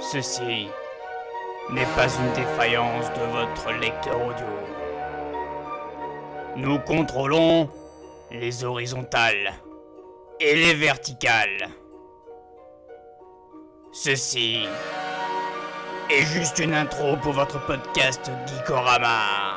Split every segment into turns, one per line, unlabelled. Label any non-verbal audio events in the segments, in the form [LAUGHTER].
ceci n'est pas une défaillance de votre lecteur audio. Nous contrôlons les horizontales et les verticales. Ceci est juste une intro pour votre podcast Geekorama.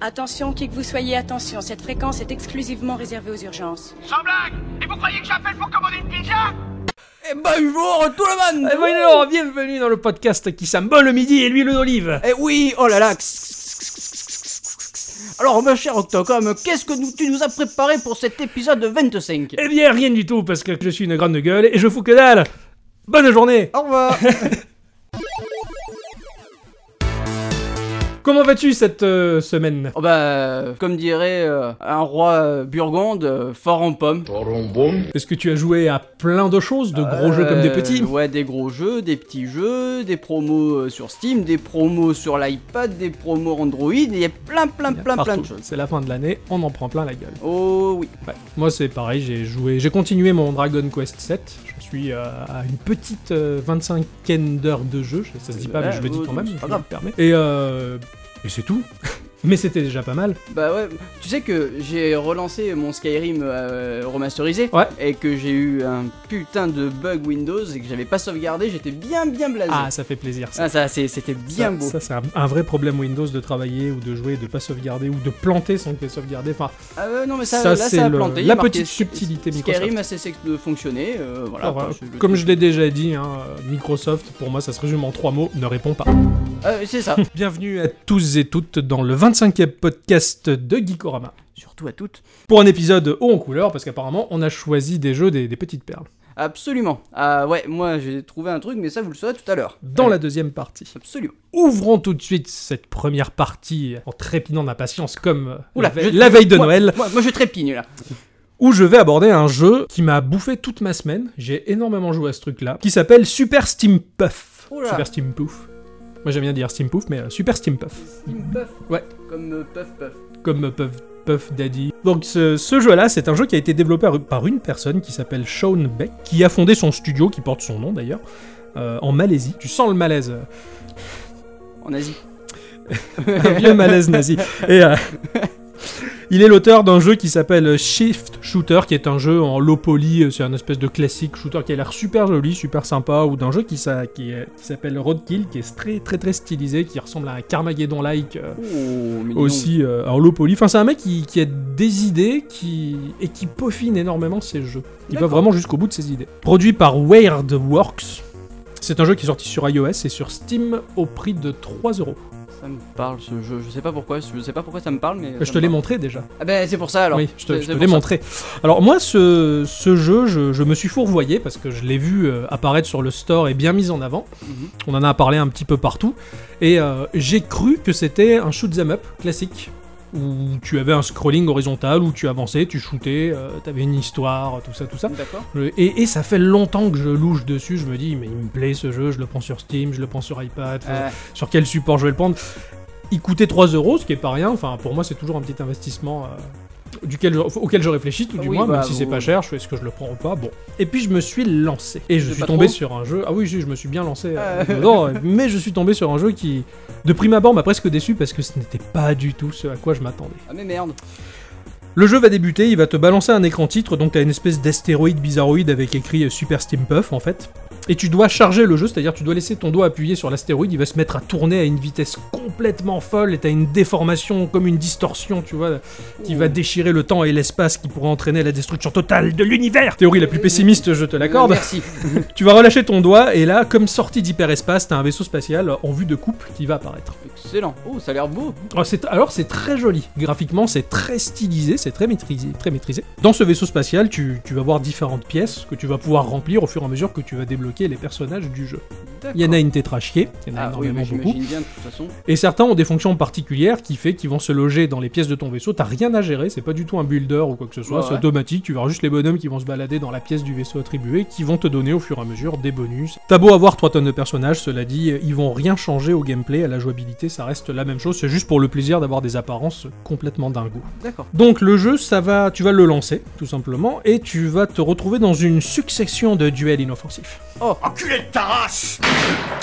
Attention, qui que vous soyez, attention, cette fréquence est exclusivement réservée aux urgences.
Sans blague Et vous croyez que j'appelle pour commander une pizza
Eh ben bonjour tout le monde
Eh oui, alors, bienvenue dans le podcast qui symbole le midi et l'huile d'olive.
Eh oui, oh là là Alors mon cher Octocom, qu'est-ce que nous- tu nous as préparé pour cet épisode 25
Eh bien, rien du tout, parce que je suis une grande gueule et je fous que dalle. Bonne journée.
Au revoir
[LAUGHS] Comment vas-tu cette euh, semaine
Oh bah, comme dirait euh, un roi euh, burgonde, euh, fort en pommes.
Est-ce que tu as joué à plein de choses, de gros jeux comme des petits
Euh, Ouais, des gros jeux, des petits jeux, des promos euh, sur Steam, des promos sur l'iPad, des promos Android, il y a plein plein plein plein
Partout.
de choses.
C'est la fin de l'année, on en prend plein la gueule.
Oh oui.
Ouais. Moi, c'est pareil, j'ai joué, j'ai continué mon Dragon Quest 7. J'en suis euh, à une petite euh, 25aine d'heures de jeu. Je- Ça se dit pas, mais je le dis quand même.
C'est pas
je me
grave.
permets. Et, euh, et c'est tout. [LAUGHS] mais c'était déjà pas mal.
Bah ouais, tu sais que j'ai relancé mon Skyrim euh, remasterisé
Ouais.
et que j'ai eu un putain de bug Windows et que j'avais pas sauvegardé, j'étais bien bien blasé.
Ah, ça fait plaisir. Ça.
Ah, ça c'est- c'était bien
ça,
beau.
Ça, c'est un, un vrai problème Windows de travailler ou de jouer, de pas sauvegarder ou de planter sans que tu aies sauvegardé. Enfin,
Ah ouais, non mais ça,
ça,
là
c'est
ça a
le-
planté. il
la
y a marqué
petite
Sky-
subtilité
Skyrim
Microsoft.
a cessé de fonctionner, euh, voilà.
Alors,
quoi,
euh,
c'est le
comme
truc.
je l'ai déjà dit, hein, Microsoft, pour moi, ça se résume en trois mots ne réponds pas.
Euh, c'est
[LAUGHS]
ça.
Bienvenue à tous et toutes dans le 25e podcast de Geekorama.
Surtout à toutes.
Pour un épisode haut en couleur, parce qu'apparemment, on a choisi des jeux des, des petites perles.
Absolument. Ah ouais, moi j'ai trouvé un truc, mais ça vous le saurez tout à l'heure.
Dans
Allez.
la deuxième partie.
Absolument.
Ouvrons tout de suite cette première partie en trépidant d'impatience comme euh,
Oula,
la, veille-
je-
la veille de
moi-
Noël.
Moi, moi je trépigne là.
où je vais aborder un jeu qui m'a bouffé toute ma semaine. J'ai énormément joué à ce truc-là, qui s'appelle Super Steam Puff.
Oula.
Super Steam Puff. Moi j'aime bien dire Steam Puff, mais euh, Super Steam Puff.
Puff.
Ouais.
Comme euh, puff puff.
Comme euh, Puff, Puff Daddy. Donc ce, ce jeu-là, c'est un jeu qui a été développé par- par une personne qui s'appelle Sean Beck, qui a fondé son studio, qui porte son nom d'ailleurs, euh, en Malaisie. Tu sens le malaise. [LAUGHS] euh,
En Asie.
un vieux malaise nazi. Et euh, [LAUGHS] il est l'auteur d'un jeu qui s'appelle Shift Shooter, qui est un jeu en low poly, euh, c'est un espèce de classique shooter qui a l'air super joli, super sympa, ou d'un jeu qui, s'a- qui, euh, qui s'appelle Roadkill, qui est très très très stylisé, qui ressemble à un Carmageddon-like. euh,
Oh, mais dis donc.
aussi euh, en low poly. Enfin, c'est un mec qui, qui a des idées qui... et qui peaufine énormément ses jeux. Il va
D'accord.
vraiment jusqu'au bout de ses idées. Produit par Weird Works. C'est un jeu qui est sorti sur iOS et sur Steam au prix de 3 euros.
Ça me parle ce jeu, je sais pas pourquoi, je sais pas pourquoi ça me parle, mais.
Je te l'ai montré déjà.
Ah ben c'est pour ça alors.
oui, je te,
C'est-
je
c'est
te
pour
l'ai
ça.
montré. Alors moi, ce, ce jeu, je, je me suis fourvoyé parce que je l'ai vu euh, apparaître sur le store et bien mis en avant.
Mhm.
On en a parlé un petit peu partout. Et euh, j'ai cru que c'était un shoot 'em up classique. Où tu avais un scrolling horizontal, où tu avançais, tu shootais, tu avais une histoire, tout ça, tout ça.
D'accord.
Le- Et, et ça fait longtemps que je louche dessus, je me dis, mais il me plaît ce jeu, je le prends sur Steam, je le prends sur iPad, enfin,
Euh,
sur quel support je vais le prendre. Il coûtait 3 euros, ce qui est pas rien. Enfin, pour moi, c'est toujours un petit investissement euh, duquel je- auquel je réfléchis, tout du
Oui,
moins,
bah,
même si c'est
vous-
pas cher. Je fais est-ce que je le prends ou pas. Bon. Et puis, je me suis lancé. Et je
C'est
suis
pas
tombé
trop
sur un jeu. Ah oui, je, je me suis bien lancé euh,
Ah.
dedans, mais je suis tombé sur un jeu qui, de prime abord, m'a presque déçu parce que ce n'était pas du tout ce à quoi je m'attendais.
Ah mais merde.
Le jeu va débuter, il va te balancer un écran titre, donc t'as une espèce d'astéroïde bizarroïde avec écrit euh, Super Steam Puff en fait. Et tu dois charger le jeu, c'est-à-dire tu dois laisser ton doigt appuyer sur l'astéroïde, il va se mettre à tourner à une vitesse complètement folle et t'as une déformation comme une distorsion, tu vois, qui va déchirer le temps et l'espace qui pourrait entraîner la destruction totale de l'univers. Théorie la plus pessimiste, je te
Euh,
l'accorde.
Merci.
Tu vas relâcher ton doigt et là, comme sortie d'hyperespace, t'as un vaisseau spatial en vue de coupe qui va apparaître.
Excellent. Oh ça a l'air beau.
Alors Ah, c'est, alors, c'est très joli, graphiquement c'est très stylisé, c'est très maîtrisé, très maîtrisé. Dans ce vaisseau spatial, tu, tu vas voir différentes pièces que tu vas pouvoir remplir au fur et à mesure que tu vas débloquer les personnages du jeu. Il y en a une tétra chier, il y en a
Ah oui,
énormément
mais
beaucoup.
j'imagine bien de toute façon.
Et certains ont des fonctions particulières qui fait qu'ils vont se loger dans les pièces de ton vaisseau. T'as rien à gérer, c'est pas du tout un builder ou quoi que ce soit,
Ouais,
c'est
ouais.
automatique. Tu verras juste les bonhommes qui vont se balader dans la pièce du vaisseau attribué, qui vont te donner au fur et à mesure des bonus. T'as beau avoir 3 tonnes de personnages, cela dit, euh, ils vont rien changer au gameplay, à la jouabilité, ça reste la même chose. C'est juste pour le plaisir d'avoir des apparences complètement dingos.
D'accord.
Donc le jeu, ça va, tu vas le lancer tout simplement, et tu vas te retrouver dans une succession de duels inoffensifs.
Enculé de ta race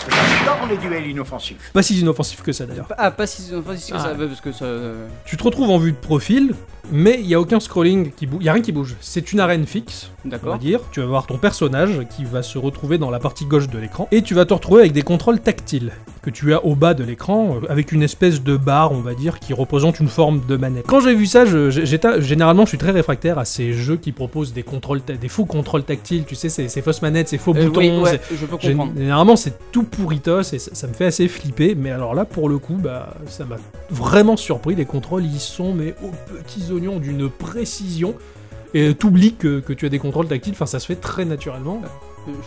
J'adore les duels inoffensifs.
Pas Bah, si inoffensifs que ça d'ailleurs.
Ah, pas si, enfin, si que
Ah.
ça va, parce que ça. euh,
Tu te retrouves en vue de profil, mais il y a aucun scrolling qui bouge, il y a rien qui bouge. C'est une arène fixe, on va
D'accord.
dire. Tu vas voir ton personnage qui va se retrouver dans la partie gauche de l'écran, et tu vas te retrouver avec des contrôles tactiles que tu as au bas de l'écran, euh, avec une espèce de barre, on va dire, qui représente une forme de manette. Quand j'ai vu ça, je- j'ai- j'étais- généralement, je suis très réfractaire à ces jeux qui proposent des contrôles, ta- des faux contrôles tactiles. Tu sais, ces, ces fausses manettes, ces faux
Euh,
boutons.
oui,
ces-
ouais, je peux
Gén-
comprendre.
Généralement, c'est tout pourritos et ça, ça me fait assez flipper. Mais alors là, pour le coup, bah, ça m'a vraiment surpris. Les contrôles, ils sont mais aux petits oignons d'une précision. Et t'oublies que, que tu as des contrôles tactiles. Enfin, ça se fait très naturellement.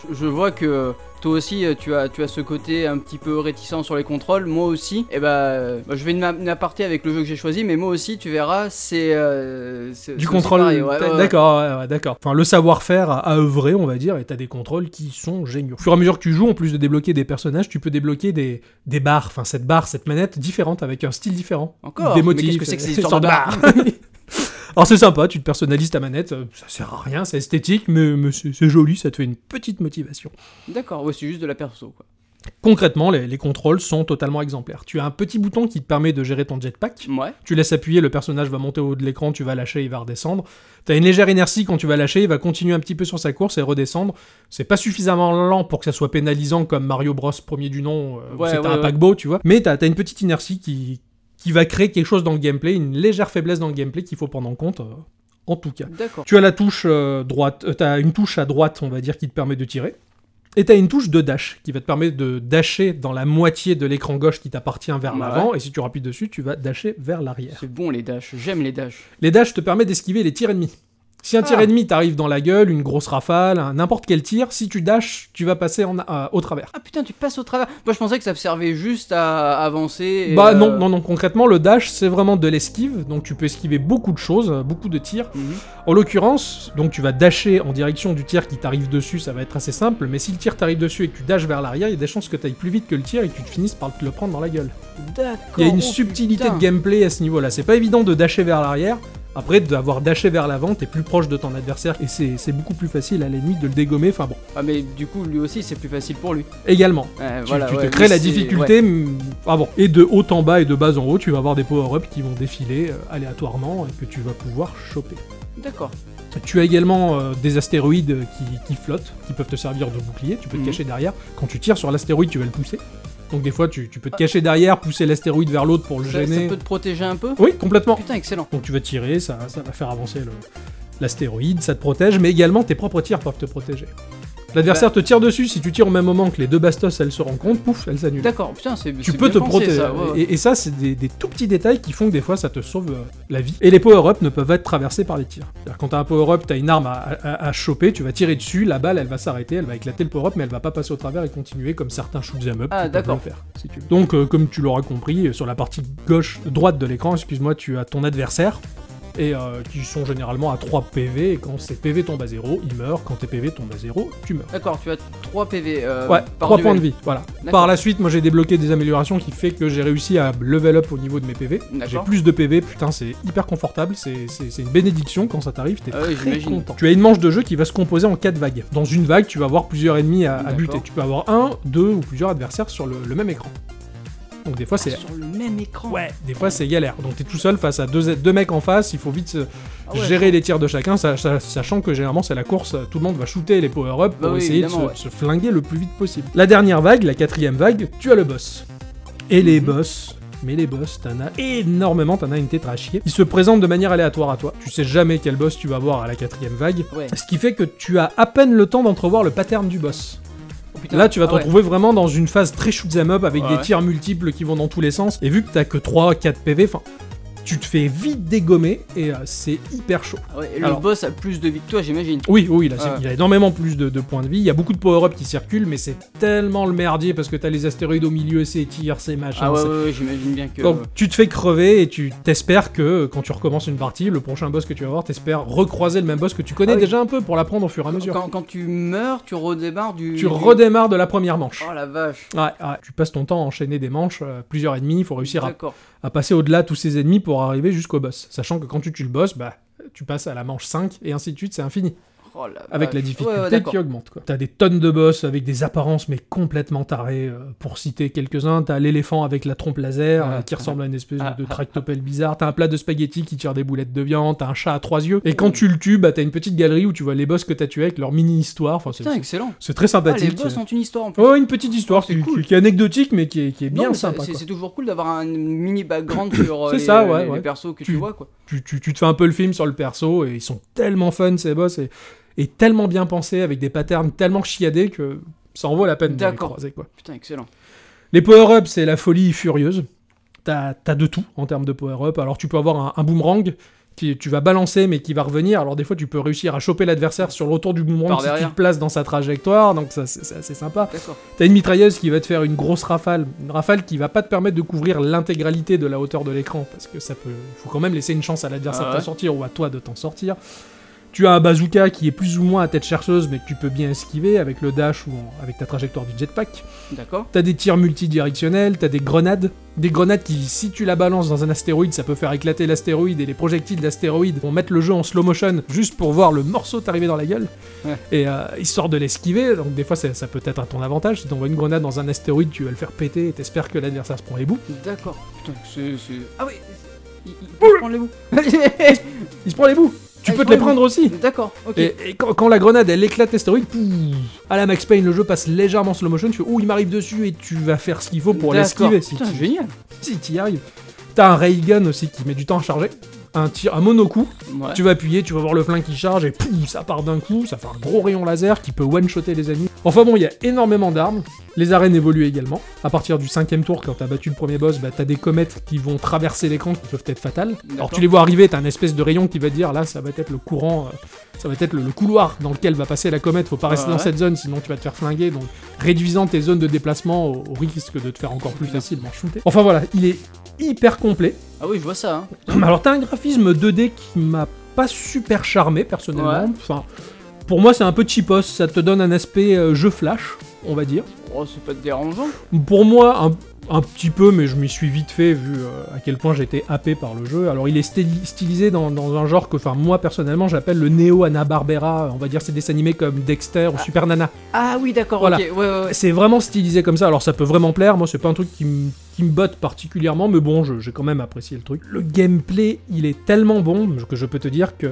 Je, je vois que toi aussi, euh, tu as, tu as ce côté un petit peu réticent sur les contrôles. Moi aussi, et bah, bah, je vais une, ma- une aparté avec le jeu que j'ai choisi, mais moi aussi, tu verras, c'est. euh, c'est-
Du
c'est
contrôle,
pareil, ouais, ouais, ouais.
d'accord, ouais, ouais, d'accord. Enfin, le savoir-faire à, à œuvrer, on va dire, et t'as des contrôles qui sont géniaux. Au fur et à mesure que tu joues, en plus de débloquer des personnages, tu peux débloquer des, des barres, enfin cette barre, cette manette différente, avec un style différent.
Encore
Des
Mais
motifs.
qu'est-ce que c'est que ces
euh,
histoires de
[LAUGHS] Alors c'est sympa, tu te personnalises ta manette, euh, ça sert à rien, c'est esthétique, mais, mais c'est c'est joli, ça te fait une petite motivation.
D'accord, ouais, c'est juste de la perso. Quoi.
Concrètement, les, les contrôles sont totalement exemplaires. Tu as un petit bouton qui te permet de gérer ton jetpack.
Ouais,
Tu laisses appuyer, le personnage va monter au haut de l'écran, tu vas lâcher, il va redescendre. T'as une légère inertie quand tu vas lâcher, il va continuer un petit peu sur sa course et redescendre. C'est pas suffisamment lent pour que ça soit pénalisant comme Mario Bros premier du nom, euh, où
Ouais,
c'était
ouais,
un
ouais.
paquebot, tu vois. Mais t'as t'as une petite inertie qui, qui va créer quelque chose dans le gameplay, une légère faiblesse dans le gameplay qu'il faut prendre en compte, euh, en tout cas.
d'accord.
Tu as la touche euh, droite, euh, t'as une touche à droite, on va dire, qui te permet de tirer. Et t'as une touche de dash qui va te permettre de dasher dans la moitié de l'écran gauche qui t'appartient vers
Ouais.
l'avant, et si tu rappuies dessus, tu vas dasher vers l'arrière.
C'est bon les dashs, j'aime les dashs.
Les dashs te permettent d'esquiver les tirs ennemis. Si un tir
Ah.
ennemi t'arrive dans la gueule, une grosse rafale, un- n'importe quel tir, si tu dashes, tu vas passer en, à- au travers.
Ah putain, tu passes au travers. Moi je pensais que ça servait juste à avancer. et,
bah
euh,
non, non, non, concrètement, le dash, c'est vraiment de l'esquive, donc tu peux esquiver beaucoup de choses, euh, beaucoup de tirs.
mhm.
En l'occurrence, donc tu vas dasher en direction du tir qui t'arrive dessus, ça va être assez simple, mais si le tir t'arrive dessus et que tu dashes vers l'arrière, il y a des chances que t'ailles plus vite que le tir et que tu te finisses par te le prendre dans la gueule.
D'accord.
Il y a une
oh,
subtilité
putain.
de gameplay à ce niveau-là. C'est pas évident de dasher vers l'arrière. Après, d'avoir dashé vers l'avant, t'es plus proche de ton adversaire et c'est c'est beaucoup plus facile à l'ennemi de le dégommer. Enfin bon,
Ah mais du coup lui aussi c'est plus facile pour lui.
également.
Ouais,
Tu,
voilà,
tu
ouais,
te crées
lui,
la
c'est-
difficulté. mm, Ah bon. Et de haut en bas et de bas en haut, tu vas avoir des power-ups qui vont défiler euh, aléatoirement et que tu vas pouvoir choper.
ouais, D'accord.
Tu as également euh, des astéroïdes qui, qui flottent, qui peuvent te servir de bouclier, tu peux te
Mhm.
cacher derrière. Quand tu tires sur l'astéroïde, tu vas le pousser. Donc des fois, tu, tu peux te cacher derrière, pousser l'astéroïde vers l'autre pour le
Ah. Ça,
gêner.
ça peut te protéger un peu Oh,
Oui, complètement.
Putain, excellent.
Donc tu vas tirer, ça, ça va faire avancer le- l'astéroïde, ça te protège, mais également tes propres tirs peuvent te protéger. L'adversaire
Bah
te tire dessus, si tu tires au même moment que les deux bastos, elles se rencontrent, pouf, elles s'annulent.
D'accord, putain, c'est
Tu
c'est
peux te
bien pensé,
protéger.
ça, ouais, ouais.
Et, et ça, c'est des, des tout petits détails qui font que des fois, ça te sauve euh, la vie. Et les power-ups ne peuvent être traversés par les tirs. C'est-à-dire, quand t'as un power-up, t'as une arme à, à- à choper, tu vas tirer dessus, la balle, elle va s'arrêter, elle va éclater le power-up, mais elle va pas passer au travers et continuer comme certains shoots 'em up
Ah,
qui peuvent
d'accord.
le faire, si tu veux. Donc, euh, comme tu l'auras compris, euh, sur la partie gauche, droite de l'écran, excuse-moi, tu as ton adversaire. Et euh, qui sont généralement à 3 PV, et quand ses PV tombent à 0, il meurt, quand tes PV tombent à 0, tu meurs.
D'accord, tu as 3 PV. euh,
Ouais,
par
3
duel.
points de vie, voilà.
D'accord.
Par la suite, moi j'ai débloqué des améliorations qui fait que j'ai réussi à level up au niveau de mes PV.
D'accord.
J'ai plus de PV, putain, c'est hyper confortable, c'est- c'est c'est une bénédiction quand ça t'arrive, t'es
Ah oui,
très
j'imagine.
content. Tu as une manche de jeu qui va se composer en 4 vagues. Dans une vague, tu vas avoir plusieurs ennemis à, à
D'accord.
buter. Tu peux avoir un, deux ou plusieurs adversaires sur le, le même écran. Donc des fois, c'est.
Ah, Sur le même écran.
Ouais, des fois c'est galère. Donc t'es tout seul face à deux, deux mecs en face, il faut vite se-
Ah ouais.
gérer les tirs de chacun, sa- sa- sachant que généralement c'est la course, tout le monde va shooter les power-ups
Bah oui,
pour essayer de se,
évidemment, ouais.
se flinguer le plus vite possible. La dernière vague, la quatrième vague, tu as le boss. Et les
Mhm.
boss. Mais les boss, t'en as énormément, t'en as une tête à chier. Ils se présentent de manière aléatoire à toi. Tu sais jamais quel boss tu vas voir à la quatrième vague.
Ouais.
Ce qui fait que tu as à peine le temps d'entrevoir le pattern du boss.
Oh, putain.
Là, tu vas te
Ah ouais.
retrouver vraiment dans une phase très shoot 'em up avec
Ouais,
des
ouais.
tirs multiples qui vont dans tous les sens. Et vu que t'as que 3-4 PV, enfin, tu te fais vite dégommer et euh, c'est hyper chaud.
Ah ouais, et le
Alors-
boss a plus de vie que toi, j'imagine.
Oui, oui, il a, c'est-
Ouais.
il a énormément plus de, de points de vie. Il y a beaucoup de power-up qui circulent, mais c'est tellement le merdier parce que t'as les astéroïdes au milieu, c'est tir, c'est machin.
Ah ouais,
c'est-
ouais, ouais, j'imagine bien que.
Donc tu te fais crever et tu t'espères que euh, quand tu recommences une partie, le prochain boss que tu vas voir, t'espères recroiser le même boss que tu connais
Ah oui.
déjà un peu pour l'apprendre au fur et à mesure.
quand, quand tu meurs, tu redémarres du.
Tu
du-
redémarres de la première manche.
Oh la vache.
Ouais, ouais. Tu passes ton temps à enchaîner des manches, euh, plusieurs ennemis, il faut réussir à,
D'accord.
à passer au-delà de tous ces ennemis pour arriver jusqu'au boss. Sachant que quand tu tues le boss, bah, tu passes à la manche 5 et ainsi de suite, c'est infini.
Oh la vache.
Avec la
Ouais, ouais,
difficulté
d'accord.
qui augmente. quoi. T'as des tonnes de boss avec des apparences mais complètement tarées. euh, pour citer quelques-uns, t'as l'éléphant avec la trompe laser
Ah,
euh, qui
ah,
ressemble à une espèce
ah,
de
ah,
tractopelle bizarre. T'as un plat de spaghettis qui tire des boulettes de viande. T'as un chat à trois yeux. Et quand tu le tues, bah, t'as une petite galerie où tu vois les boss que t'as tués avec leur mini histoire. Enfin, c'est,
Putain, excellent.
c'est très
Ah, les
sympathique.
boss ont une histoire en plus.
Ouais, une petite histoire qui,
cool.
qui- qui est anecdotique mais qui est, qui est
Non,
bien
mais ça-
sympa.
c'est-
quoi.
C'est toujours cool d'avoir un mini background
[LAUGHS]
sur euh,
C'est
les,
ça, ouais,
les-
ouais.
les persos que tu,
Tu-
vois quoi.
Tu, tu- tu te fais un peu le film sur le perso et ils sont tellement fun ces boss et, et tellement bien pensés avec des patterns tellement chiadés que ça en vaut la peine de les
D'accord.
croiser, quoi.
Putain, excellent.
Les power-ups, c'est la folie furieuse. T'as t'as de tout en termes de power-up. Alors tu peux avoir un, un boomerang qui tu vas balancer mais qui va revenir. Alors des fois tu peux réussir à choper l'adversaire sur le retour du boomerang
Par
si tu
derrière.
te places dans sa trajectoire. Donc ça c'est c'est assez sympa.
D'accord.
T'as une mitrailleuse qui va te faire une grosse rafale. Une rafale qui va pas te permettre de couvrir l'intégralité de la hauteur de l'écran parce que ça peut. Faut quand même laisser une chance à l'adversaire
Ah
de
ouais.
t'en sortir ou à toi de t'en sortir. Tu as un bazooka qui est plus ou moins à tête chercheuse mais que tu peux bien esquiver avec le dash ou en- avec ta trajectoire du jetpack.
D'accord.
T'as des tirs multidirectionnels, t'as des grenades. Des grenades qui, si tu la balances dans un astéroïde, ça peut faire éclater l'astéroïde et les projectiles d'astéroïdes vont mettre le jeu en slow motion juste pour voir le morceau t'arriver dans la gueule.
Ouais.
Et euh, histoire de l'esquiver, donc des fois ça, ça peut être à ton avantage. Si t'envoies une grenade dans un astéroïde, tu vas le faire péter et t'espères que l'adversaire se prend
[LAUGHS]
les bouts.
D'accord. Putain, c'est. c'est- Ah oui Il, il peut se prendre les bouts.
Il se prend les bouts Tu
Ah, il
peux
se
te les
prend les
prendre aussi
D'accord, ok.
Et, et quand, quand la grenade elle éclate l'astéroïde, pouf, à la Max Payne, le jeu passe légèrement en slow motion, tu fais ouh, il m'arrive dessus et tu vas faire ce qu'il faut pour
D'accord.
l'esquiver. Si
Putain,
tu-
génial.
Si t'y arrives. T'as un raygun aussi qui met du temps à charger. Un tir, un monocoup.
Ouais.
Tu vas appuyer, tu vas voir le flingue qui charge et pouf, ça part d'un coup. Ça fait un gros rayon laser qui peut one-shotter les ennemis. Enfin bon, il y a énormément d'armes. Les arènes évoluent également. À partir du cinquième tour, quand t'as battu le premier boss, bah, t'as des comètes qui vont traverser l'écran qui peuvent être fatales. Alors
D'accord.
tu les vois arriver, t'as un espèce de rayon qui va te dire là, ça va être le courant, euh, ça va être le, le couloir dans lequel va passer la comète. Faut pas rester
Ouais,
dans
ouais.
cette zone, sinon tu vas te faire flinguer. Donc réduisant tes zones de déplacement au, au risque de te faire encore plus facilement shooter. Enfin voilà, il est hyper complet.
Ah oui, je vois ça. hein.
[CLEARS THROAT] Alors t'as un graphisme 2D qui m'a pas super charmé personnellement.
Ouais.
Enfin, pour moi c'est un peu cheapos, ça te donne un aspect euh, jeu flash, on va dire.
Oh, c'est pas dérangeant.
Pour moi un, un petit peu, mais je m'y suis vite fait vu euh, à quel point j'étais happé par le jeu. Alors il est styli- stylisé dans, dans un genre que enfin moi personnellement j'appelle le néo Anna Barbera. On va dire c'est des dessins animés comme Dexter ou Super Nana.
Ah oui, d'accord,
Voilà.
ok. Ouais, ouais, ouais.
C'est vraiment stylisé comme ça, alors ça peut vraiment plaire, moi c'est pas un truc qui me qui me botte particulièrement, mais bon, je- j'ai quand même apprécié le truc. Le gameplay, il est tellement bon que je peux te dire que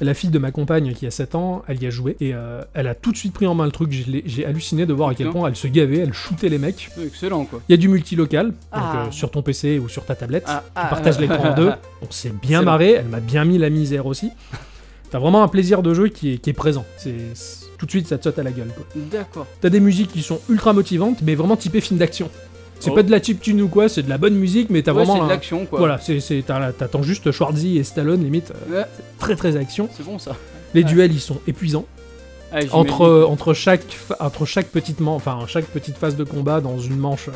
la fille de ma compagne qui a 7 ans, elle y a joué, et euh, elle a tout de suite pris en main le truc, Je l'ai- j'ai halluciné de voir à quel
Putain.
point elle se gavait, elle shootait les mecs.
Excellent, quoi.
Il y a du multilocal, donc
Ah.
euh, sur ton PC ou sur ta tablette,
Ah, ah,
tu partages
ah,
l'écran en
ah,
deux,
[LAUGHS] ah,
on s'est bien
Excellent.
marré, elle m'a bien mis la misère aussi. T'as vraiment un plaisir de jeu qui est, qui est présent, C'est- c'est- tout de suite ça te saute à la gueule quoi.
D'accord.
T'as des musiques qui sont ultra motivantes, mais vraiment typées film d'action. C'est
Oh.
pas de la chiptune ou quoi, c'est de la bonne musique, mais t'as
Ouais,
vraiment.
c'est de
un-
l'action, quoi.
Voilà, c'est- c'est- t'as- t'attends juste Schwarzy et Stallone, limite, euh,
Ouais,
très très action.
c'est bon, ça.
Les
Ouais.
duels, ils sont épuisants.
Ah, j'imagine.
Entre, euh, entre, chaque, fa- entre chaque, petite man- enfin, chaque petite phase de combat, dans une manche, euh,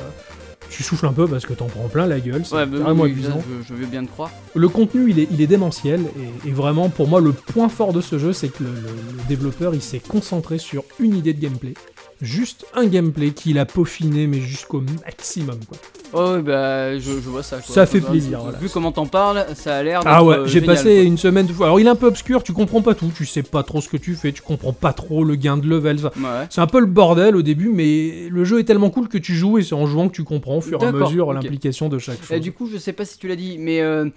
tu souffles un peu parce que t'en prends plein la gueule, c'est
Ouais, bah,
vraiment
oui, oui,
épuisant.
ça, je, je veux bien te croire.
Le contenu, il est, il est démentiel, et, et vraiment, pour moi, le point fort de ce jeu, c'est que le, le- le développeur, il s'est concentré sur une idée de gameplay. Juste un gameplay qu'il a peaufiné, mais jusqu'au maximum, quoi.
Oh, ouais, bah, je, je vois ça, quoi.
Ça fait
Bah,
plaisir,
Vu
voilà.
comment t'en parles, ça a l'air.
Ah
d'être,
ouais,
euh,
j'ai
génial,
passé une semaine de fois. Alors, il est un peu obscur, tu comprends pas tout, tu sais pas trop ce que tu fais, tu comprends pas trop le gain de level. enfin,
quoi. Ouais.
C'est un peu le bordel au début, mais le jeu est tellement cool que tu joues, et c'est en jouant que tu comprends au fur et à
D'accord,
mesure
ok.
l'implication de chaque chose.
Et Eh, du coup, je sais pas si tu l'as dit, mais euh,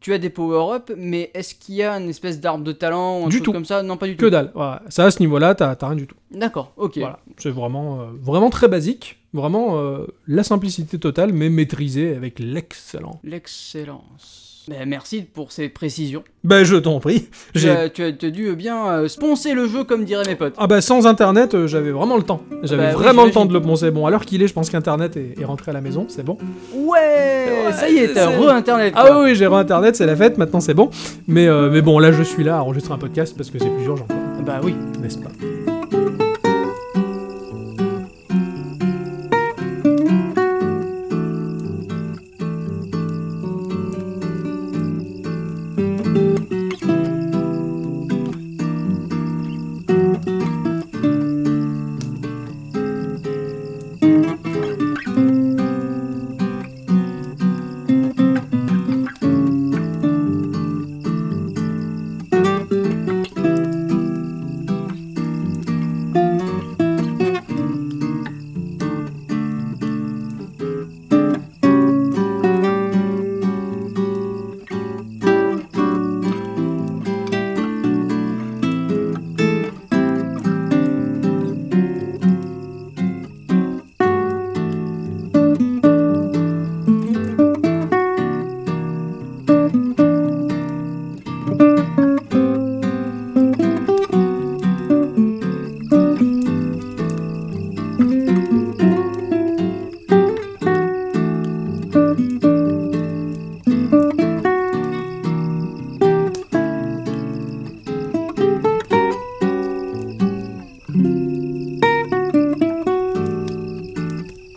tu as des power-up, mais est-ce qu'il y a une espèce d'arbre de talent ou un
Du
truc
tout.
comme ça Non, pas du
Que
tout.
dalle. Voilà, Ça, à ce niveau-là, t'as t'as rien du tout.
D'accord, ok.
Voilà, c'est vraiment, euh, vraiment très basique, vraiment euh, la simplicité totale, mais maîtrisée avec l'excellent.
L'excellence. Ben, merci pour ces précisions.
Ben je t'en prie.
Tu
J'ai-
as, tu as- tu as dû bien euh, sponcer le jeu comme diraient mes potes.
Ah bah sans internet, euh, j'avais vraiment le temps. J'avais
Bah oui,
vraiment le
j'imagine.
temps de le poncer. Bon, alors qu'il est, je pense qu'internet est, est rentré à la maison, c'est bon.
Ouais, ça y est, t'as
c'est-
re-internet. quoi.
Ah oui, oui, j'ai re-internet, c'est la fête, maintenant c'est bon. Mais, euh, mais bon, là je suis là à enregistrer un podcast parce que c'est plus urgent, quoi,
Bah oui.
n'est-ce pas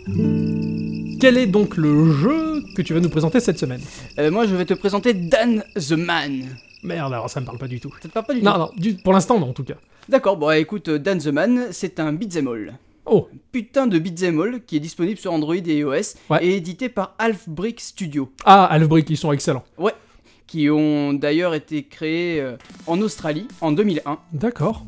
Quel est donc le jeu que tu vas nous présenter cette semaine
Euh, moi, je vais te présenter Dan the Man.
Merde, alors ça me parle pas du tout.
Ça te parle pas du tout
Non, non, du- pour l'instant non, en tout cas.
D'accord, bon, écoute, euh, Dan the Man, c'est un beat'em all.
Oh,
Putain de beat'em all qui est disponible sur Android et iOS
Ouais.
et édité par Half Brick Studio,
ah, Halfbrick, ils sont excellents.
qui ont d'ailleurs été créés euh, en Australie en 2001
D'accord.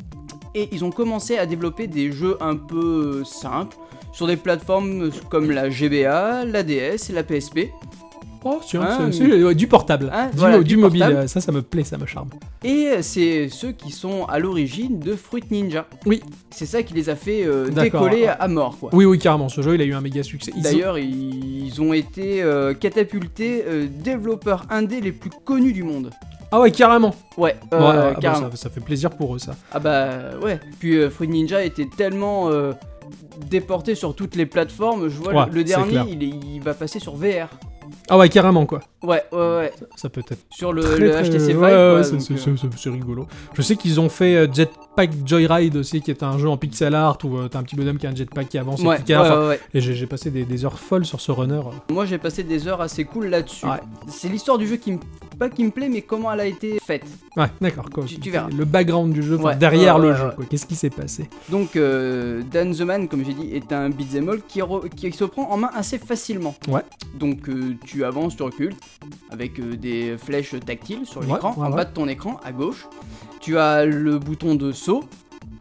et ils ont commencé à développer des jeux un peu euh, simples sur des plateformes euh, comme la GBA, la DS et la PSP.
Oh, tiens,
Ah,
c'est-
mais-
c'est- ouais, du portable,
Ah,
du,
voilà,
mo-
du
du mobile,
portable.
euh, ça, ça me plaît, ça me charme.
Et euh, c'est ceux qui sont à l'origine de Fruit Ninja.
Oui.
C'est ça qui les a fait euh,
D'accord.
décoller à- à mort, quoi.
Oui, oui, carrément, ce jeu, il a eu un méga succès. Ils ont-
D'ailleurs, ils ont été euh, catapultés euh, développeurs indés les plus connus du monde.
Ah ouais, carrément.
Ouais, euh,
Ouais, ah bah,
carrément.
ça, ça fait plaisir pour eux, ça.
Ah bah ouais. Puis euh, Fruit Ninja était tellement euh, déporté sur toutes les plateformes. Je vois
Ouais,
le- le,
c'est
dernier,
clair.
il, est- il va passer sur VR.
Ah ouais, carrément, quoi.
Ouais, ouais, ouais.
Ça peut être
Sur le,
Très,
Euh, le
très-
HTC Vive.
ouais,
quoi,
ouais,
donc,
c'est- c'est
euh,
c'est- c'est- c'est rigolo. Je sais qu'ils ont fait euh, Jetpack Joyride aussi, qui est un jeu en pixel art où euh, t'as un petit bonhomme qui a un jetpack qui avance et
ouais,
qui carre.
ouais,
Enfin,
ouais, ouais.
Et j'ai j'ai passé des, des heures folles sur ce runner. euh.
Moi j'ai passé des heures assez cool là-dessus.
Ouais.
C'est l'histoire du jeu qui me. Pas qui me plaît, mais comment elle a été faite.
Ouais, d'accord. quoi.
Tu- tu verras.
Le background du jeu, enfin,
Ouais,
derrière
ouais,
le
ouais,
jeu.
ouais.
quoi. Qu'est-ce qui s'est passé
Donc, euh, Dan the Man, comme j'ai dit, est un beat'em all qui, re- qui se prend en main assez facilement.
Ouais.
Donc, euh, tu avances, tu recules, avec euh, des flèches tactiles sur
Ouais,
l'écran,
ouais,
en
ouais.
bas de ton écran, à gauche. Tu as le bouton de saut,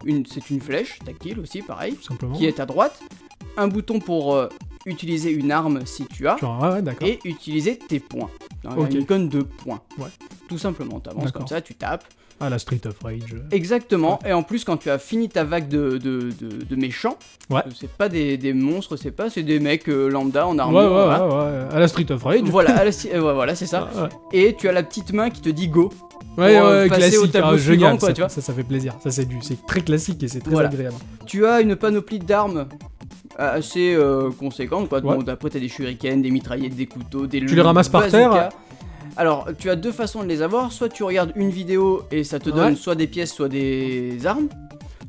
une- c'est une flèche tactile aussi, pareil,
Tout simplement.
qui est à droite. Un bouton pour euh, utiliser une arme si tu as,
Genre, ouais, ouais, d'accord.
et utiliser tes points. Un-
Ok.
Une icône de points.
Ouais.
Tout simplement, tu avances
D'accord.
comme ça, tu tapes.
Ah, la Street of Rage. euh.
Exactement, et en plus quand tu as fini ta vague de, de, de- de méchants,
Ouais.
euh, c'est pas des, des monstres, c'est pas, c'est des mecs euh, lambda en
Ouais,
armure.
ouais, ouais,
voilà.
ouais, À la Street of Rage.
hein. Voilà,
[LAUGHS]
à la si- euh, ouais, voilà, c'est ça.
Ah, ouais.
Et tu as la petite main qui te dit go.
Ouais,
Pour, euh,
ouais,
passer au
classique.
tableau
ah,
suivant,
génial,
quoi,
ça,
tu vois.
ça, ça fait plaisir. Ça, c'est du, c'est très classique et c'est très
Voilà.
agréable.
Tu as une panoplie d'armes assez euh, conséquente. Quoi.
Ouais.
Bon, après t'as des shurikens, des mitraillettes, des couteaux, des
Tu les ramasses par terre
bazookas. Alors, tu as deux façons de les avoir. Soit tu regardes une vidéo et ça te
Ouais.
donne soit des pièces, soit des armes.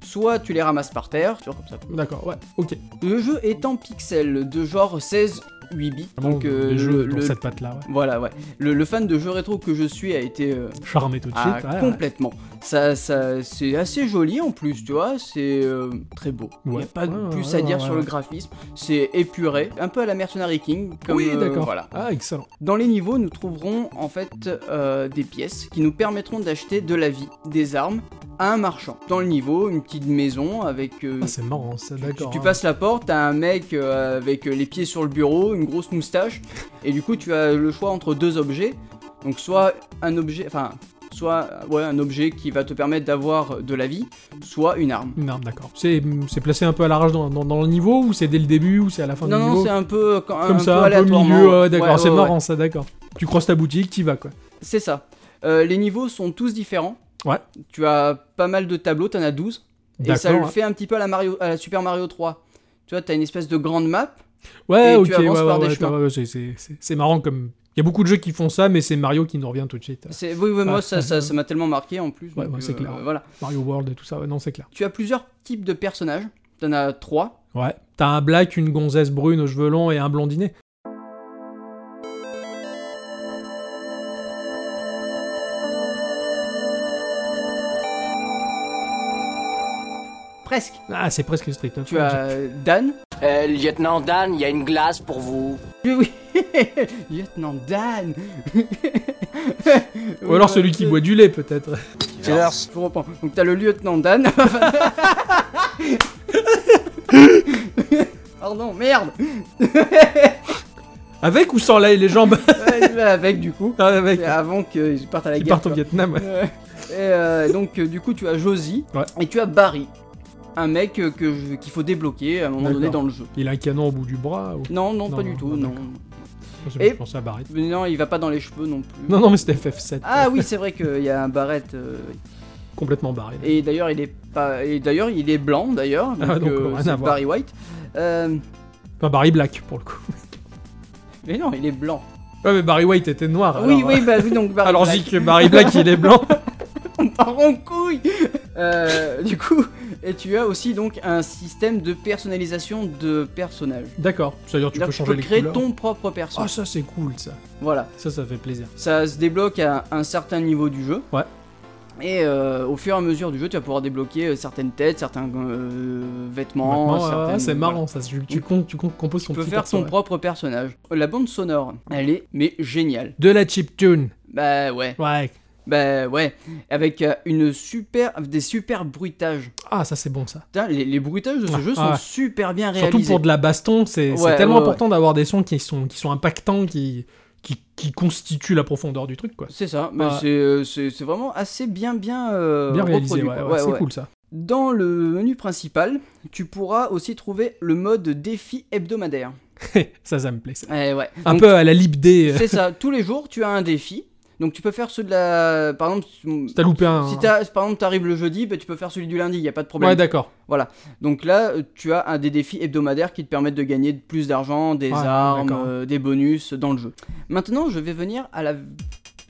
Soit tu les ramasses par terre, tu vois, comme ça.
D'accord, ouais, ok.
Le jeu est en pixel de genre 16 8 bits. donc
Ah Bon,
euh,
les
le,
jeux dans
le-
cette patte-là, ouais.
voilà ouais. Le, le fan de jeux rétro que je suis a été euh,
Charmé tout de
ah,
suite. ouais, ouais.
complètement. Ça, ça c'est assez joli en plus, tu vois, c'est euh, très beau. Il
Ouais.
n'y a pas de
Ouais,
plus
ouais,
à dire
ouais,
sur
ouais.
le graphisme, c'est épuré, un peu à la Mercenary King comme
oui,
euh,
d'accord.
voilà.
Ah, excellent.
Dans les niveaux, nous trouverons en fait euh, des pièces qui nous permettront d'acheter de la vie, des armes à un marchand. Dans le niveau, une petite maison avec euh,
Ah, c'est marrant, ça,
tu,
d'accord.
tu
hein.
passes la porte, t'as un mec euh, avec euh, les pieds sur le bureau, une grosse moustache, et du coup tu as le choix entre deux objets. Donc soit un objet, enfin, soit euh, ouais, un objet qui va te permettre d'avoir de la vie, soit une arme.
Une arme, d'accord. C'est c'est placé un peu à l'arrache dans, dans, dans le niveau ou c'est dès le début ou c'est à la fin
Non,
du
non,
niveau
c'est un peu euh, quand-
Comme
un
ça,
peu
un peu au
aléatoirement.
milieu, ouais, d'accord,
Ouais,
c'est
ouais,
marrant ça, d'accord. Tu croises ta boutique, t'y vas quoi.
C'est ça. Euh, les niveaux sont tous différents.
Ouais.
Tu as pas mal de tableaux, t'en as 12. Et ça
D'accord,
le
ouais.
fait un petit peu à la, Mario, à la Super Mario 3. Tu vois, t'as une espèce de grande map.
Ouais,
Et
ok,
tu avances
ouais,
par
ouais,
des
ouais,
chemins.
t'as- ouais, c'est- c'est- c'est c'est marrant comme. Il y a beaucoup de jeux qui font ça, mais c'est Mario qui nous revient tout de suite.
C'est- Oui, oui,
Ouais.
moi, ça ça- ça m'a tellement marqué en plus.
Ouais,
donc, euh,
ouais, c'est clair.
Voilà.
Mario World et tout ça, ouais, non, c'est clair.
Tu as plusieurs types de personnages. T'en as 3.
Ouais. T'as un black, une gonzesse brune aux cheveux longs et un blondinet.
Presque.
Ah, c'est presque Street of
Tu
Rage.
as euh, Dan. [LAUGHS]
Euh, lieutenant Dan, il y a une glace pour vous.
Oui, oui. Lieutenant Dan.
Ou alors celui
euh,
qui boit du lait, peut-être.
Je vous reprends. Donc t'as le lieutenant Dan. [LAUGHS] Pardon, Oh merde.
Avec ou sans lait,
[LAUGHS]
les jambes
Ouais, je vais avec du coup.
Ah, Avec.
C'est avant qu'ils partent à la
Ils
guerre.
partent au
quoi.
Vietnam, ouais.
Ouais. Et euh, donc euh, du coup tu as Josie
Ouais.
et tu as Barry, un mec euh, que je- qu'il faut débloquer à un moment donné
D'accord.
dans le jeu.
Il a un canon au bout du bras. Ou...
Non, non,
Non,
pas
non,
du tout,
non,
non.
Je
Et-
pensais à Barrett.
Mais Non, il va pas dans les cheveux non plus.
Non, non, mais c'était FF7.
Ah oui, c'est vrai qu'il y a un barrette. euh,
Complètement barré.
et d'ailleurs, il est pas. Et d'ailleurs, il est blanc d'ailleurs.
Ah,
Donc,
donc,
euh,
rien à
c'est
voir.
Barry White. Euh,
Enfin, Barry Black, pour le coup. [LAUGHS]
mais non, il est blanc.
Ouais, mais Barry White était noir.
oui,
alors,
oui,
euh,
bah oui, donc Barry
Alors, je
Black.
dis que Barry Black, il est blanc.
[LAUGHS] On part [LAUGHS] en couille Euh, Du coup, et tu as aussi donc un système de personnalisation de personnages.
D'accord. C'est-à-dire, tu
C'est-à-dire
peux
que
changer les
créer
couleurs.
ton propre
Ah,
personnage.
ça, c'est cool, ça.
Voilà.
Ça, ça fait plaisir.
Ça se débloque à un certain niveau du jeu.
Ouais.
Et euh, au fur et à mesure du jeu, tu vas pouvoir débloquer euh, certaines têtes, certains euh, vêtements.
Maintenant, ouais, ouais,
certaines-
c'est
voilà.
marrant, ça. Tu, tu comptes, tu comptes- composes ton
Tu peux
petit
faire
perso,
ton
ouais.
propre personnage. La bande sonore, elle est mais géniale.
De la chip tune.
Bah ouais,
Ouais.
bah ouais. Avec euh, une super, des super bruitages.
Ah, ça, c'est bon, ça.
Putain, les, les bruitages de ce
Ah,
jeu sont
ah ouais.
super bien réalisés.
Surtout pour de la baston, c'est c'est
Ouais,
tellement
ouais,
important d'avoir des sons qui sont, qui sont impactants, qui, qui, qui constituent la profondeur du truc, quoi.
C'est ça, mais
Ouais.
c'est, euh, c'est c'est vraiment assez bien bien, euh,
Bien réalisé,
reproduit,
ouais,
quoi.
ouais,
Ouais,
c'est
ouais.
cool, ça. [LAUGHS]
Dans le menu principal, tu pourras aussi trouver le mode défi hebdomadaire.
ça, ça me plaît, ça.
Eh ouais.
Un
Donc,
peu à la lib D. euh,
C'est ça, tous les jours tu as un défi. Donc tu peux faire ceux de la. Par exemple,
T'as loupé un...
si t'as- par exemple t'arrives le jeudi, bah, tu peux faire celui du lundi, il n'y a pas de problème.
Ouais, d'accord.
Donc là, euh, tu as un des défis hebdomadaires qui te permettent de gagner plus d'argent, des
Ouais,
armes,
d'accord.
euh, des bonus dans le jeu. Maintenant, je vais venir à la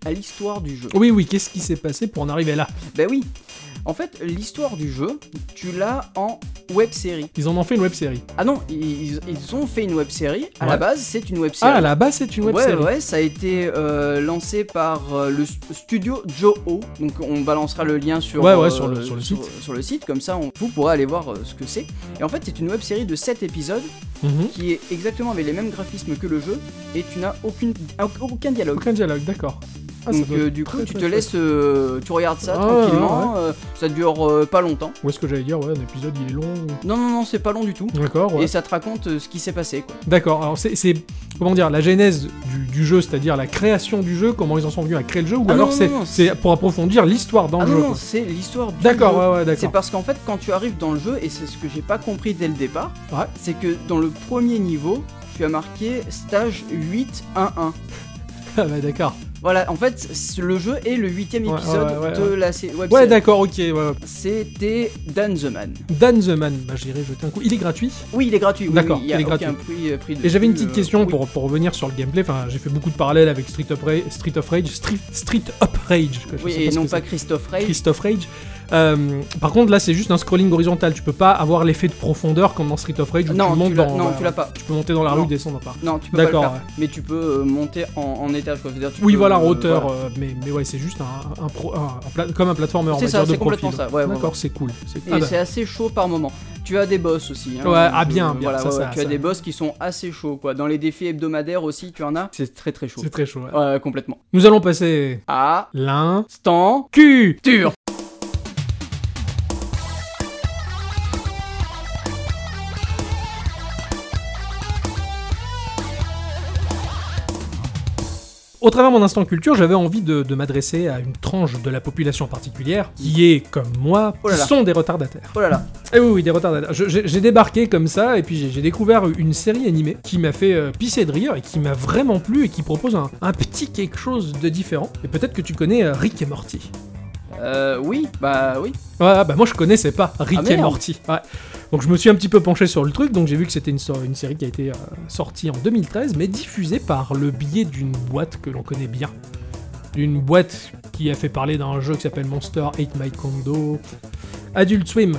à l'histoire du jeu.
Oui, oui, qu'est-ce qui s'est passé pour en arriver là
Ben oui. En fait, l'histoire du jeu, tu l'as en web série.
Ils en ont fait une web série.
Ah non, ils, ils ont fait une web série. À
Ouais.
la base, c'est une web série.
Ah, là-bas, c'est une web
ouais,
série.
ouais, ça a été euh, lancé par euh, le st- studio Joho. Donc on balancera le lien sur, euh,
Ouais, ouais, sur le- sur le site.
sur le site, comme ça on, vous pourrez aller voir euh, ce que c'est. Et en fait, c'est une web série de 7 épisodes
Mhm.
qui est exactement avec les mêmes graphismes que le jeu et tu n'as aucune, aucun dialogue.
Aucun dialogue, d'accord. Ah, ça
Donc
doit
euh,
être
du
très,
coup, tu
très
te
chouette.
laisses, euh, tu regardes ça
Ah,
tranquillement, euh, ça dure euh, pas longtemps.
Où est-ce que j'allais dire Ouais, un épisode, il est long. ou-
Non, non, non, c'est pas long du tout.
D'accord, ouais.
Et ça te raconte euh, ce qui s'est passé, quoi.
D'accord, alors c'est- c'est. Comment dire La genèse du, du jeu, c'est-à-dire la création du jeu, comment ils en sont venus à créer le jeu, ou
Ah non,
alors
non,
c'est-
non, non,
c'est pour approfondir l'histoire dans
ah
le
non,
jeu.
non,
quoi.
c'est l'histoire du
D'accord,
jeu.
ouais, ouais,
C'est
d'accord.
parce qu'en fait, quand tu arrives dans le jeu, et c'est ce que j'ai pas compris dès le départ,
Ouais.
c'est que dans le premier niveau, tu as marqué stage 8-1-1.
[LAUGHS] Ah, bah, d'accord.
Voilà, en fait, c- le jeu est le huitième
Ouais,
épisode
ouais, ouais,
de la sé- web
Ouais,
série.
d'accord, ok. ouais, ouais.
C'était Dan the Man.
Dan the Man, bah, j'irai jeter un coup. Il est gratuit.
Oui, il est gratuit. oui,
D'accord,
oui, il y a
il est
aucun prix, euh, prix
Et j'avais une
dessus,
petite
euh,
question
oui.
pour, pour revenir sur le gameplay. Enfin, j'ai fait beaucoup de parallèles avec Street of, Ra- Street of Rage. Street, Street Up Rage. quoi, je
Oui,
sais
et
ce
non
que
pas
c'est.
Christophe Ray.
Christophe Rage. Euh, par contre, là, c'est juste un scrolling horizontal. Tu peux pas avoir l'effet de profondeur comme dans Street of Rage où
Non,
tu montes
tu l'as
dans.
non,
ouais,
tu l'as pas.
tu peux monter dans la
Non.
rue, descendre par.
Non, tu peux pas le
D'accord,
faire.
ouais.
Mais tu peux euh, monter en, en étage, quoi. C'est-à-dire, tu
Oui,
peux,
voilà, en
euh,
hauteur.
voilà.
euh, mais, mais ouais, c'est juste un, un pro- un- un pla- comme un platformer, on
C'est
va
ça,
dire, de
c'est complètement
profil.
ça, ouais, ouais,
D'accord, c'est cool. c'est-
Et
ah, bah,
c'est assez chaud par moment. Tu as des boss aussi. hein.
Ouais, ah,
Je-
bien, bien,
voilà,
ça,
ouais,
ça,
tu as
ça.
des boss qui sont assez chauds, quoi. Dans les défis hebdomadaires aussi, tu en as. C'est très très chaud.
c'est très chaud. ouais.
Ouais, complètement.
Nous allons passer
À
l'un.
stand
Q
Tur.
Au travers de mon instant culture, j'avais envie de, de m'adresser à une tranche de la population particulière qui est, comme moi,
Oh là
qui
là.
sont des retardataires.
Oh là là.
Eh oui, oui, des retardataires. Je- J'ai j'ai débarqué comme ça, et puis j'ai- j'ai découvert une série animée qui m'a fait euh, pisser de rire, et qui m'a vraiment plu, et qui propose un, un petit quelque chose de différent. Et peut-être que tu connais euh, Rick et Morty.
Euh, oui, bah oui.
Ouais, bah moi je connaissais pas Rick
Ah,
et
merde.
Morty. Ouais. Donc je me suis un petit peu penché sur le truc, donc j'ai vu que c'était une, so- une série qui a été euh, sortie en 2013, mais diffusée par le biais d'une boîte que l'on connaît bien. D'une boîte qui a fait parler d'un jeu qui s'appelle Monster Hate My Condo. Adult Swim,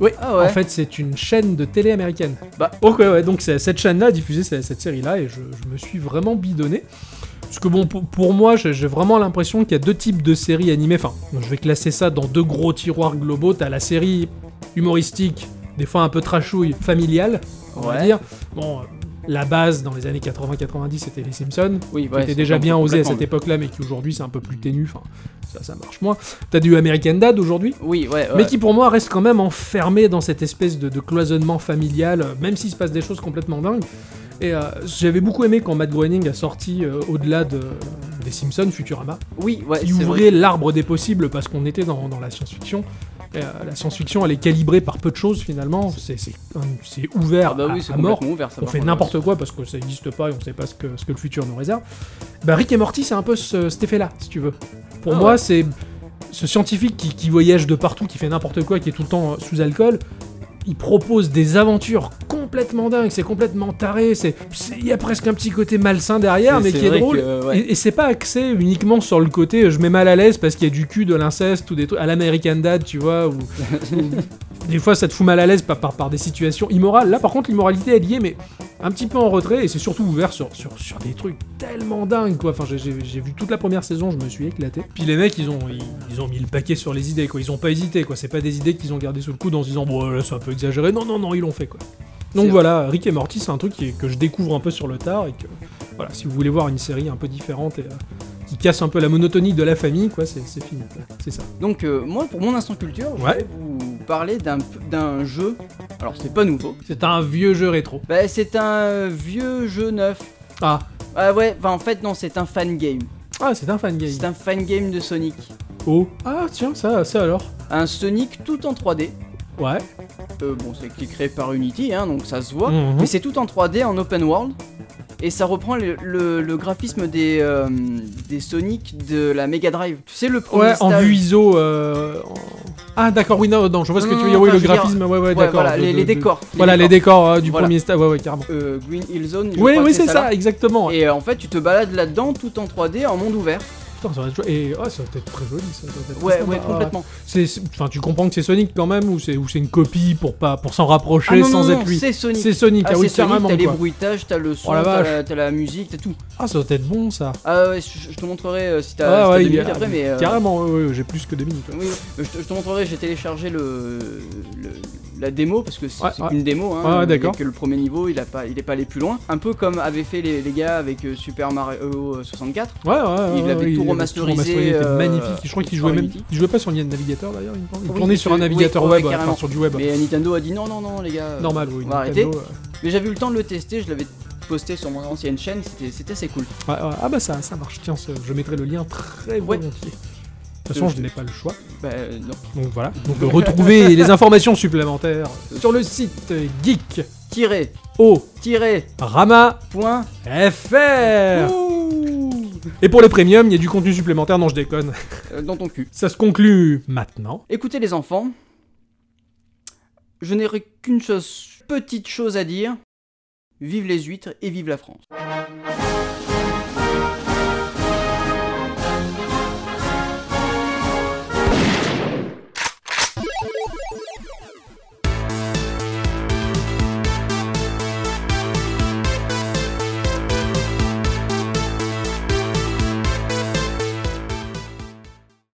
Oui, ah ouais.
en fait, c'est une chaîne de télé américaine.
Bah.
ok, ouais, donc c'est- cette chaîne-là a diffusé cette, cette série-là et je, je me suis vraiment bidonné. Parce que bon, pour, pour moi, j'ai j'ai vraiment l'impression qu'il y a deux types de séries animées. Enfin, je vais classer ça dans deux gros tiroirs globaux. T'as la série humoristique, des fois un peu trashouille, familiale, on va
Ouais.
dire. Bon, euh, la base dans les années 80-90, c'était les Simpsons
oui,
qui était déjà bien osé à cette époque-là, mais qui aujourd'hui c'est un peu plus ténu. Enfin, ça, ça marche moins. T'as du American Dad aujourd'hui
Oui, ouais. ouais.
mais qui pour moi reste quand même enfermé dans cette espèce de, de cloisonnement familial, euh, même s'il se passe des choses complètement dingues. Et euh, j'avais beaucoup aimé quand Matt Groening a sorti euh, au-delà de, des Simpsons Futurama,
Oui, ouais.
qui
c'est vrai.
ouvrait l'arbre des possibles parce qu'on était dans, dans la science-fiction. Et, euh, la science-fiction, elle est calibrée par peu de choses finalement. C'est c'est un- c'est ouvert
Ah bah
à-
oui, c'est
à mort.
complètement ouvert. Ça
On
par
fait
contre.
n'importe quoi parce que ça n'existe pas et on sait pas ce que, ce que le futur nous réserve. Bah, Rick et Morty, c'est un peu ce- cet effet-là, si tu veux. Pour
Ah
moi,
ouais.
c'est ce scientifique qui, qui voyage de partout, qui fait n'importe quoi, qui est tout le temps euh, sous alcool. Il propose des aventures complètement dingues, c'est complètement taré, c'est c'est- il y a presque un petit côté malsain derrière, mais,
C'est
qui est
vrai
drôle.
que, Euh, ouais.
Et, et c'est pas axé uniquement sur le côté euh, je mets mal à l'aise parce qu'il y a du cul, de l'inceste ou des trucs à l'American Dad, tu
[LAUGHS]
vois. Ou... ou- des fois, ça te fout mal à l'aise par, par, par des situations immorales. Là, par contre, l'immoralité est liée, mais un petit peu en retrait et c'est surtout ouvert sur, sur, sur des trucs tellement dingues, quoi. Enfin, j'ai- j'ai j'ai vu toute la première saison, je me suis éclaté. Puis les mecs, ils ont, ils, ils ont mis le paquet sur les idées, quoi. Ils ont pas hésité, quoi. C'est pas des idées qu'ils ont gardées sous le coude en se disant, bon, là, c'est un peu exagéré. Non, non, non, ils l'ont fait, quoi. Donc
C'est-
voilà, Rick et Morty, c'est un truc qui est- que je découvre un peu sur le tard et que voilà, si vous voulez voir une série un peu différente et euh, qui casse un peu la monotonie de la famille, quoi, c'est c'est fini. quoi. C'est ça.
Donc euh, moi, pour mon instant culture, je
Ouais.
vais vous parler d'un p- d'un jeu. Alors c'est pas nouveau.
C'est un vieux jeu rétro.
Bah c'est un vieux jeu neuf.
Ah,
Ah ouais, bah en fait non, c'est un fan game.
ah c'est un fan game.
C'est un fan game de Sonic.
Oh. Ah tiens, ça, ça alors.
Un Sonic tout en 3D.
Ouais.
Euh, bon, c'est qui est créé par Unity, hein, donc ça se voit.
Mhm.
Mais c'est tout en 3D, en open world. Et ça reprend le, le- le graphisme des, euh, des Sonic de la Mega Drive. Tu sais, le premier
Ouais, en
stage-
vue ISO. euh, en- Ah d'accord, oui, non, non, je vois ce que
Non,
tu veux
non,
dire. Oui,
enfin,
le
je veux dire-
graphisme, ouais, ouais,
Ouais,
d'accord.
voilà,
de-
les,
de-
les
de-
décors.
Voilà, les
décors.
décors euh, du
Voilà.
premier stade. Ouais, ouais, carrément.
Euh, Green Hill Zone. je
Oui,
crois
oui,
que
c'est ça,
là.
exactement.
Et euh, en fait, tu te balades là-dedans tout en 3D en monde ouvert.
Putain, ça va être jo- Et oh, ça va être très joli, ça. ça va être
Ouais,
sympa.
ouais,
Ah,
complètement.
C'est, c'est- enfin, tu comprends que c'est Sonic quand même, ou c'est, ou c'est une copie pour pas, pour s'en rapprocher
Ah non,
sans
non, non,
être lui.
c'est Sonic.
C'est Sonic,
Ah,
ah,
c'est
oui,
Sonic,
carrément.
t'as les
quoi.
bruitages, t'as le son,
Oh la
t'as,
vache.
la, t'as la musique, t'as tout.
Ah, ça doit être bon ça.
Ah ouais, je, je te montrerai euh, si t'as,
Ah
si t'as
ouais,
deux
il y a-
minutes après, mais. euh,
Carrément, ouais, ouais, j'ai plus que deux minutes. ouais.
oui, mais je, te, je te montrerai, j'ai téléchargé le, le- la démo parce que c'est,
Ouais,
c'est
ouais.
qu'une démo. Hein,
Ouais, ouais,
il y a
d'accord.
Que le premier niveau, il, a pas, il est pas allé plus loin. Un peu comme avaient fait les, les gars avec euh, Super Mario euh, 64.
Ouais, ouais,
Il
ouais,
l'avait tout
ouais,
remasterisé,
remasterisé, il était
euh,
magnifique. Je crois qu'il jouait
sur
même.
Unity.
Il jouait pas sur un navigateur d'ailleurs, il me semble. Il
Oui,
tournait
il
sur un
se-
navigateur
oui,
web,
ouais,
enfin,
carrément.
sur du web.
Mais Nintendo a dit non, non, non, les gars. euh,
Normal, oui.
on va arrêter.
Nintendo, euh,
Mais j'avais eu le temps de le tester, je l'avais posté sur mon ancienne chaîne, c'était, c'était assez cool.
Ouais, ouais. Ah bah ça, ça marche, tiens, ce- je mettrai le lien très
Ouais.
volontiers. De toute façon,
Euh,
je n'ai pas le choix.
Bah euh, non.
Donc voilà.
[LAUGHS]
Donc euh, retrouvez les informations supplémentaires sur le site euh, geek
Tiré,
au
tiré,
rama
point.
fr.
Ouh.
Et pour les premiums, il y a du contenu supplémentaire, non je déconne.
Euh, dans ton cul.
Ça se conclut maintenant.
Écoutez les enfants, je n'ai qu'une chose, petite chose à dire. Vive les huîtres et vive la France.